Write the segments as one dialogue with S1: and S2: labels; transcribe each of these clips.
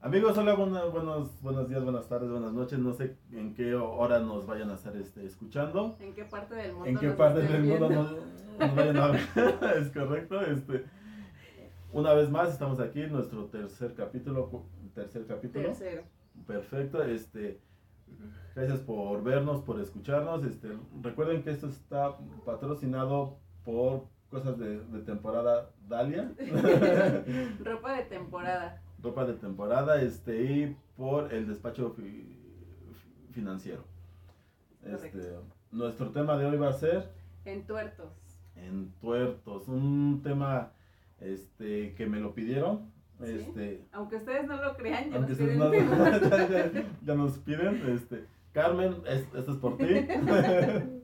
S1: Amigos, hola, buenas, buenos, buenos días, buenas tardes, buenas noches. No sé en qué hora nos vayan a estar este, escuchando.
S2: ¿En qué parte del mundo?
S1: En qué
S2: nos
S1: parte del
S2: estén
S1: mundo
S2: viendo?
S1: nos, nos vayan a ver. es correcto. Este, una vez más, estamos aquí en nuestro tercer capítulo. cu- Tercer capítulo.
S2: Tercero.
S1: Perfecto, este gracias por vernos, por escucharnos. Este, recuerden que esto está patrocinado por cosas de, de temporada Dalia,
S2: Ropa de temporada.
S1: ropa de temporada, este, y por el despacho fi- fi- financiero. Este,
S2: Correcto.
S1: nuestro tema de hoy va a ser
S2: En tuertos.
S1: en tuertos, un tema este que me lo pidieron.
S2: Sí.
S1: Este,
S2: Aunque ustedes no lo crean, yo
S1: Aunque
S2: no
S1: ustedes
S2: sé
S1: no,
S2: del tema.
S1: ya, ya- ya nos piden, este, Carmen, es- esto es por ti.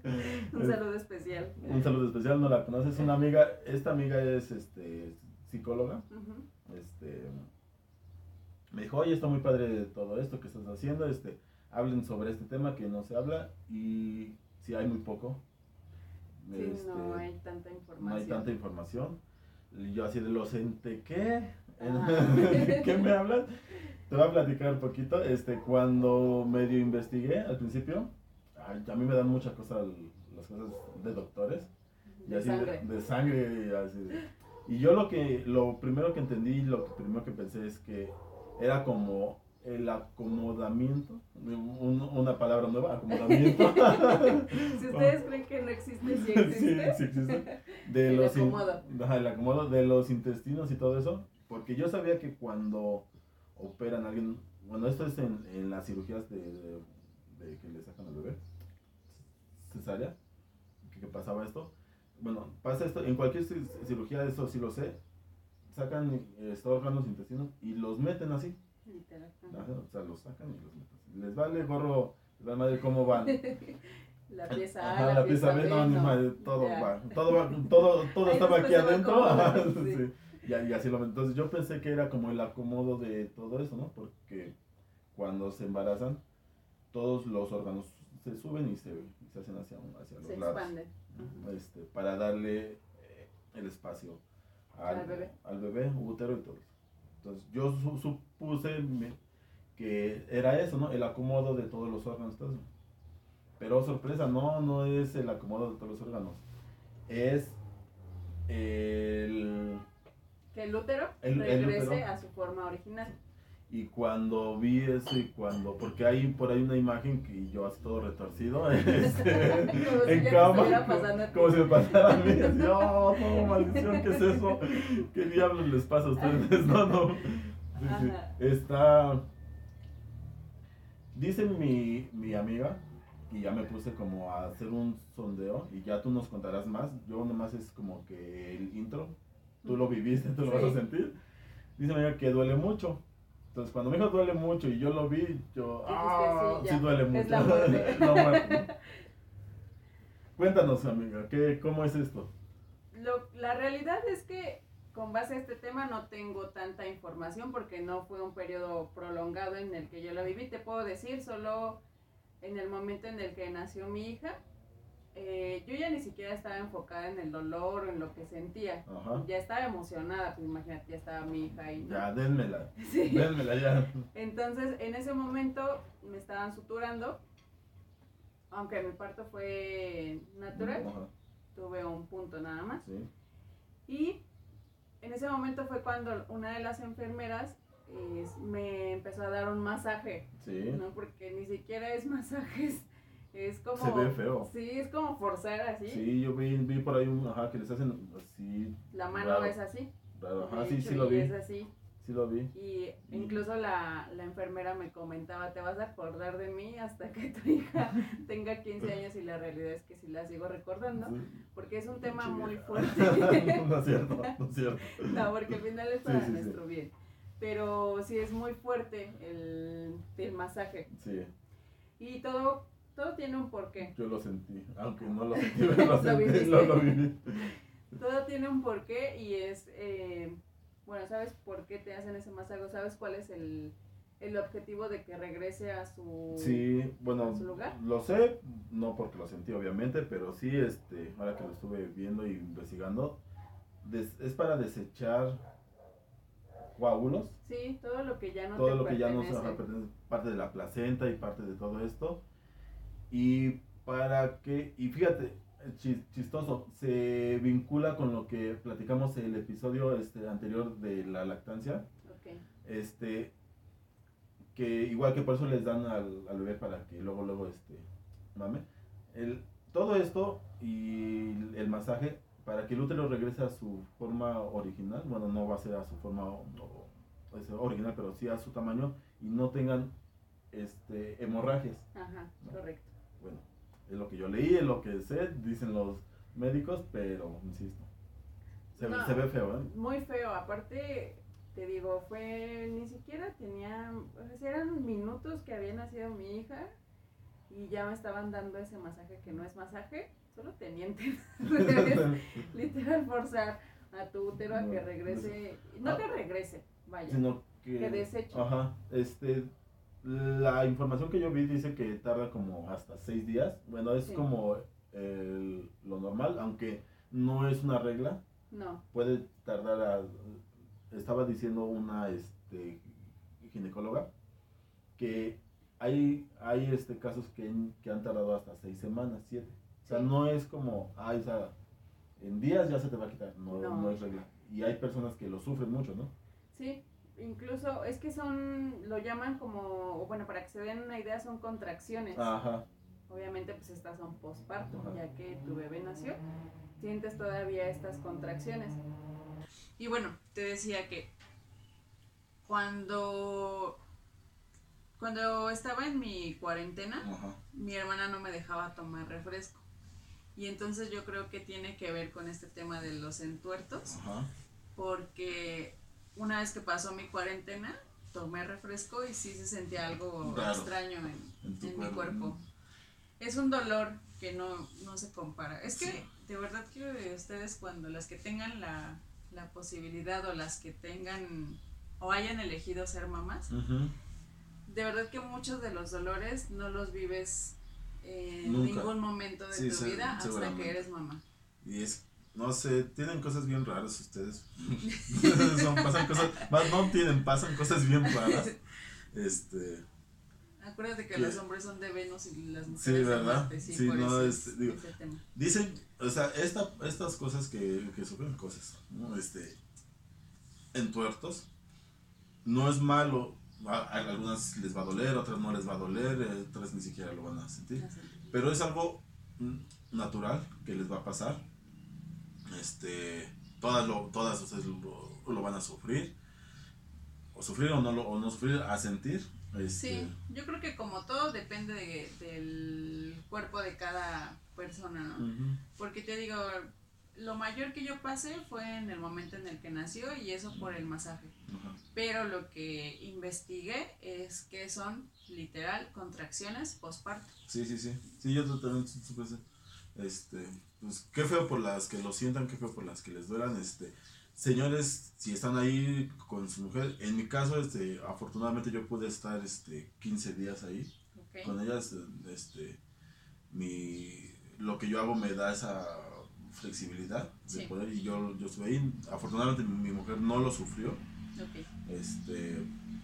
S2: Un saludo especial.
S1: Un saludo especial, no la conoces, una amiga, esta amiga es este psicóloga,
S2: Ujú.
S1: este me dijo, "Oye, está muy padre todo esto que estás haciendo, este, hablen sobre este tema que no se habla y si hay muy poco."
S2: Sí,
S1: Este,
S2: no hay tanta información.
S1: no hay tanta información. Y Yo así de los ente, ¿qué?
S2: Ah.
S1: ¿Qué me hablas? Te voy a platicar un poquito. Este, cuando medio investigué al principio, ay, a mí me dan muchas cosas las cosas de doctores. Y
S2: De
S1: así de-
S2: sangre.
S1: De, sangre. Y, así de- y yo lo que lo primero que entendí, lo que primero que pensé es que era como el acomodamiento, un- una palabra nueva, acomodamiento.
S2: Si ustedes creen que no existe, sí
S1: Sí,
S2: existe.
S1: sí existe. De
S2: El
S1: los in-
S2: acomodo.
S1: ajá, el acomodo de los intestinos y todo eso. Porque yo sabía que cuando operan a alguien, bueno, esto es en, en las cirugías de, de- de que le sacan al bebé, cesárea, que, que pasaba esto. Bueno, pasa esto, en cualquier ci- cirugía, eso sí lo sé, sacan estos órganos intestinos y los meten así.
S2: Literal.
S1: ajá, O sea, los sacan y los meten. así. Les vale gorro, les vale madre cómo van.
S2: La pieza A,
S1: Ajá,
S2: la, pieza, B,
S1: no, ni
S2: no.
S1: madre, todo
S2: Ya.
S1: va, todo va, todo, todo
S2: Ahí
S1: estaba
S2: después
S1: aquí
S2: se va
S1: adentro.
S2: acomodando,
S1: ajá,
S2: sí.
S1: sí. Y, y así lo Entonces yo pensé que era como el acomodo de todo eso, ¿no? Porque cuando se embarazan, todos los órganos se suben y se, y se hacen hacia, un- hacia los
S2: Se
S1: lados.
S2: expande.
S1: Este, para darle eh, el espacio al,
S2: Al bebé.
S1: al bebé, útero y todo. eso. Entonces yo su- supuse me- que era eso, ¿no? El acomodo de todos los órganos. todo eso. Pero sorpresa, no, no es el acomodo de todos los órganos. Es el...
S2: Que el útero
S1: El- el
S2: regrese
S1: útero.
S2: a su forma original.
S1: Y cuando vi eso y cuando... Porque hay por ahí una imagen que yo así todo retorcido. este,
S2: Como si ya
S1: en
S2: te
S1: cama,
S2: estuviera
S1: como-
S2: pasando a ti.
S1: como si me pasara a mí, así, oh, no, maldición, ¿qué es eso? ¿Qué diablos les pasa a ustedes? No, no. Sí, sí.
S2: Ajá.
S1: Está, dice mi, mi amiga, y ya me puse como a hacer un sondeo, y ya tú nos contarás más, yo nomás es como que el intro, tú lo viviste, tú lo vas a
S2: Sí.
S1: sentir, dice mi amiga que duele mucho. Entonces, cuando me dijo duele mucho y yo lo vi, yo,
S2: Dijiste,
S1: ah,
S2: sí,
S1: sí,
S2: ya,
S1: duele
S2: es
S1: mucho.
S2: la muerte.
S1: La muerte. Cuéntanos, amiga, ¿qué, ¿cómo es esto?
S2: Lo- la realidad es que con base a este tema no tengo tanta información porque no fue un periodo prolongado en el que yo lo viví. Te puedo decir solo en el momento en el que nació mi hija, eh, yo ya ni siquiera estaba enfocada en el dolor o en lo que sentía.
S1: Ajá.
S2: Ya estaba emocionada, pues imagínate, ya estaba mi hija ahí. ¿no?
S1: Ya, dénmela,
S2: Sí.
S1: dénmela ya.
S2: Entonces, en ese momento me estaban suturando, aunque mi parto fue natural, Ah.
S1: Ajá,
S2: tuve un punto nada más.
S1: sí.
S2: Y en ese momento fue cuando una de las enfermeras eh, me empezó a dar un masaje,
S1: Sí,
S2: ¿no? Porque ni siquiera es masajes, es como...
S1: se ve feo.
S2: Sí, es como forzar así.
S1: Sí, yo vi, vi por ahí un, ajá, que les hacen así,
S2: La mano
S1: Raro.
S2: es así.
S1: raro, ajá,
S2: de
S1: sí,
S2: hecho,
S1: sí lo vi,
S2: y
S1: Mm.
S2: Es así.
S1: sí lo vi.
S2: Y incluso la, la enfermera me comentaba, te vas a acordar de mí hasta que tu hija tenga 15 años y la realidad es que sí la sigo recordando,
S1: Sí.
S2: porque es un tema
S1: Pinche
S2: muy
S1: vieja.
S2: fuerte.
S1: no es cierto, no es cierto.
S2: No, porque al final es
S1: Sí,
S2: para
S1: sí, sí.
S2: nuestro bien. Pero sí es muy fuerte el, el masaje.
S1: Sí,
S2: Y todo, todo tiene un porqué.
S1: yo lo sentí, aunque no lo sentí, pero lo
S2: Lo
S1: sentí,
S2: viviste.
S1: lo, lo viví.
S2: Todo tiene un porqué y es, eh, bueno, ¿sabes por qué te hacen ese masaje? ¿Sabes cuál es el, el objetivo de que regrese a su...
S1: Sí, bueno,
S2: ¿En su lugar?
S1: lo sé, no porque lo sentí obviamente, pero sí, este, ahora que lo estuve viendo y investigando, des- es para desechar coágulos,
S2: Sí, todo lo que ya no
S1: todo
S2: te
S1: lo que ya no
S2: pertenece.
S1: ajá, pertenece, parte de la placenta y parte de todo esto. Y para que, y fíjate, eh, chis- chistoso, se vincula con lo que platicamos el episodio este, anterior de la lactancia,
S2: Ok.
S1: este, que igual que por eso les dan al, al bebé para que luego, luego, este, mame. El, todo esto y el masaje, para que el útero regrese a su forma original, bueno, no va a ser a su forma o- o- pues, original, pero sí a su tamaño, y no tengan este, hemorragias.
S2: Ajá, correcto.
S1: Bueno, es lo que yo leí, es lo que sé, dicen los médicos, pero insisto. Se, ve-
S2: No.
S1: se ve feo, ¿eh?
S2: Muy feo, aparte, te digo, fue, ni siquiera tenía, o sea, si eran minutos que había nacido mi hija y ya me estaban dando ese masaje que no es masaje, solo te mienten. Es Literal forzar a tu útero a que
S1: No,
S2: regrese, no
S1: Ah.
S2: que regrese, vaya.
S1: sino que,
S2: Que desecho.
S1: Ajá, este, la información que yo vi dice que tarda como hasta seis días. Bueno, es
S2: Sí.
S1: como el- lo normal, aunque no es una regla.
S2: No,
S1: Puede tardar a, estaba diciendo una, este, ginecóloga que hay, hay este, casos que, han- que han tardado hasta seis semanas, siete. O sea,
S2: Sí.
S1: no es como, ay, o sea, en días ya se te va a quitar. No,
S2: No.
S1: no es regla. Y hay personas que lo sufren mucho, ¿no?
S2: sí, incluso es que son, lo llaman como, o bueno, para que se den una idea, son contracciones.
S1: Ajá.
S2: Obviamente, pues estas son posparto,
S1: Ajá.
S2: ya que tu bebé nació, sientes todavía estas contracciones. Y bueno, te decía que cuando cuando estaba en mi cuarentena,
S1: Ajá.
S2: mi hermana no me dejaba tomar refresco. Y entonces yo creo que tiene que ver con este tema de los entuertos,
S1: Ajá.
S2: porque una vez que pasó mi cuarentena, tomé refresco y sí se sentía algo
S1: Raro.
S2: extraño en,
S1: En tu
S2: en mi
S1: cuerpo.
S2: cuerpo. Es un dolor que no, no se compara. Es que de verdad que ustedes cuando las que tengan la, la posibilidad o las que tengan o hayan elegido ser mamás,
S1: Ujú.
S2: de verdad que muchos de los dolores no los vives en
S3: Nunca.
S2: ningún momento de
S3: Sí,
S2: tu
S3: se-
S2: vida hasta que
S3: seguramente.
S2: eres mamá.
S3: Y es, no sé, tienen cosas bien raras ustedes.
S1: Son- pasan cosas, más no tienen, pasan cosas bien raras.
S3: Este,
S2: Acuérdate que
S3: ¿Qué?
S2: los hombres son de Venus y las mujeres de
S3: ¿verdad?
S2: Marte, sí,
S3: Sí,
S2: por
S3: no,
S2: eso
S3: este,
S2: es
S3: digo,
S2: ese tema.
S3: dicen, o sea, esta, estas cosas que, que sufren cosas, ¿no? Este, entuertos, no es malo. A, a algunas les va a doler, otras no les va a doler, eh, otras ni siquiera lo van a sentir. Pero es algo mm, natural que les va a pasar. Este, todas, lo, todas ustedes lo, lo van a sufrir. O sufrir o no, lo- o no sufrir, a sentir. Este,
S2: Sí, yo creo que como todo depende de- del cuerpo de cada persona, ¿no?
S3: ujú.
S2: Porque te digo, lo mayor que yo pasé fue en el momento en el que nació y eso por el masaje.
S3: Ajá.
S2: Pero lo que investigué es que son literal contracciones posparto.
S3: Sí, sí, sí. Sí, yo también su- supe ese. Este, pues qué feo por las que lo sientan, qué feo por las que les duelan. Este, señores, si están ahí con su mujer, en mi caso, este, afortunadamente yo pude estar este 15 días ahí
S2: ¿ok?
S3: con ellas este mi lo que yo hago me da esa flexibilidad de
S2: Sí.
S3: poder y yo yo estuve ahí afortunadamente mi, mi mujer no lo sufrió
S2: Ok.
S3: este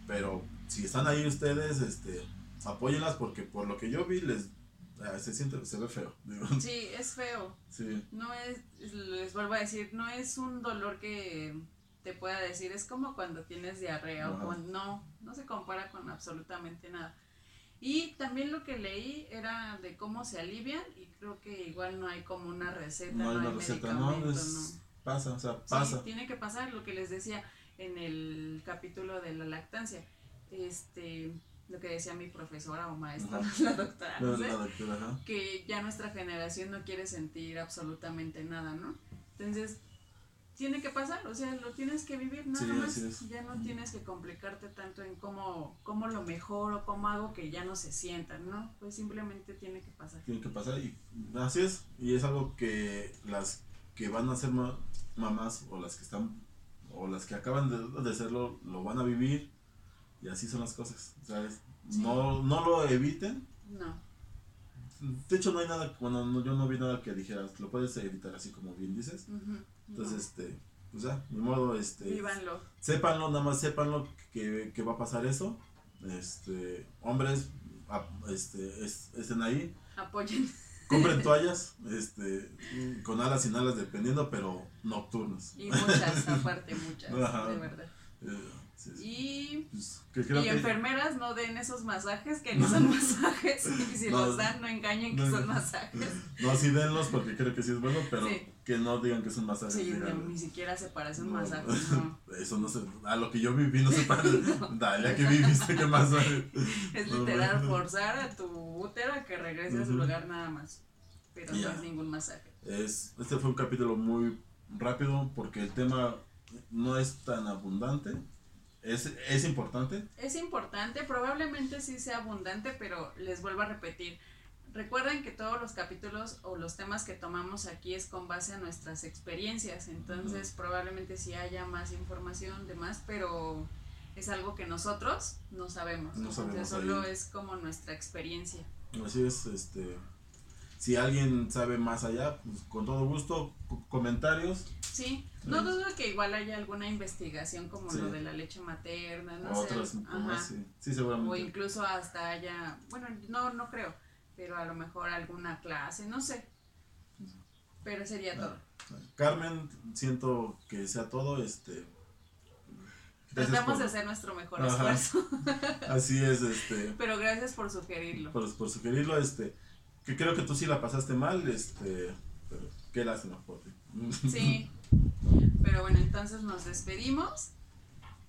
S3: pero si están ahí ustedes este apóyenlas porque por lo que yo vi les ah, se siente se ve feo digo,
S2: Sí, es feo.
S3: sí
S2: No es, les vuelvo a decir, no es un dolor que te pueda decir, es como cuando tienes diarrea o
S3: Ajá.
S2: cuando no, no se compara con absolutamente nada. Y también lo que leí era de cómo se alivian y creo que igual no hay como una receta,
S3: no
S2: no,
S3: hay una
S2: hay
S3: receta
S2: medicamento,
S3: no
S2: no.
S3: es, pasa o sea
S2: Sí,
S3: pasa
S2: tiene que pasar lo que les decía en el capítulo de la lactancia. Este, lo que decía mi profesora o maestra,
S3: Ajá.
S2: la doctora,
S3: La-
S2: no
S3: la
S2: sé
S3: doctora, ajá.
S2: que ya nuestra generación no quiere sentir absolutamente nada, ¿no? Entonces, tiene que pasar, o sea, lo tienes que vivir nada
S3: Sí,
S2: más.
S3: así es.
S2: Ya no tienes que complicarte tanto en cómo, cómo lo mejoro, cómo hago que ya no se sientan, ¿no? Pues simplemente tiene que pasar.
S3: tiene que pasar y así es y es algo que las que van a ser ma- mamás o las que están o las que acaban de, de serlo lo van a vivir y así son las cosas ¿sabes?
S2: Sí.
S3: no no lo eviten
S2: No,
S3: de hecho no hay nada bueno no- yo no vi nada que dijeras lo puedes evitar así como bien dices
S2: ujú, no.
S3: entonces este
S1: pues ya, ni modo, este.
S2: Vívanlo.
S1: Sépanlo, nada más sépanlo que, que va a pasar eso. Este, hombres, a- este, es- estén ahí.
S2: Apoyen.
S1: Compren toallas, este, con alas sin alas dependiendo, pero nocturnas.
S2: Y muchas, aparte, muchas.
S1: Ajá.
S2: De verdad.
S1: Eh, sí, sí.
S2: Y,
S1: Pues, que creo
S2: y
S1: que-
S2: enfermeras no den esos masajes que no son masajes. Y si
S1: No.
S2: los dan, no engañen que
S1: No.
S2: son masajes.
S1: No, sí denlos porque creo que sí es bueno, pero
S2: Sí.
S1: que no digan que es un masaje.
S2: Sí, no,
S1: díganle.
S2: ni siquiera se parece un
S1: No.
S2: masaje. No.
S1: Eso no se, a lo que yo viví no se parece. Dale, a que viviste, ¿qué más?
S2: Es
S1: No,
S2: literal
S1: bueno.
S2: forzar a tu útero a que regrese a su
S1: Ujú.
S2: lugar nada más. Pero
S1: Ya.
S2: no es ningún masaje.
S1: Es, este fue un capítulo muy rápido porque el tema no es tan abundante. Es, es importante.
S2: Es importante, probablemente sí sea abundante, pero les vuelvo a repetir. Recuerden que todos los capítulos o los temas que tomamos aquí es con base a nuestras experiencias, entonces probablemente sí haya más información, demás, pero es algo que nosotros no sabemos.
S1: No sabemos
S2: entonces solo
S1: ahí.
S2: es como nuestra experiencia.
S1: Así es, este. Si alguien sabe más allá, pues, con todo gusto, co- comentarios.
S2: Sí, no
S1: Sí.
S2: dudo que igual haya alguna investigación como
S1: Sí.
S2: lo de la leche materna, no
S1: o
S2: sé.
S1: otras
S2: ajá.
S1: más, sí. Sí,
S2: O
S1: seguramente.
S2: incluso hasta haya, bueno, no, no creo, pero a lo mejor alguna clase, no sé. Pero
S1: Ah,
S2: sería todo.
S1: Carmen, siento que sea todo, este. gracias
S2: Tratamos
S1: por-
S2: de hacer nuestro mejor
S1: Ajá.
S2: esfuerzo,
S1: Así es, este.
S2: pero gracias por sugerirlo.
S1: por, por sugerirlo, este, que creo que tú sí la pasaste mal, este, pero qué lástima por ti.
S2: Sí. Pero bueno, entonces nos despedimos.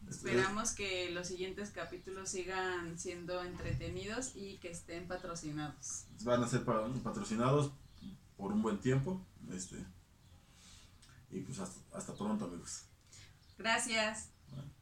S1: Este,
S2: Esperamos que los siguientes capítulos sigan siendo entretenidos y que estén patrocinados.
S1: Van a ser pa- patrocinados por un buen tiempo, este, y pues hasta, hasta pronto amigos.
S2: Gracias.
S1: Bueno.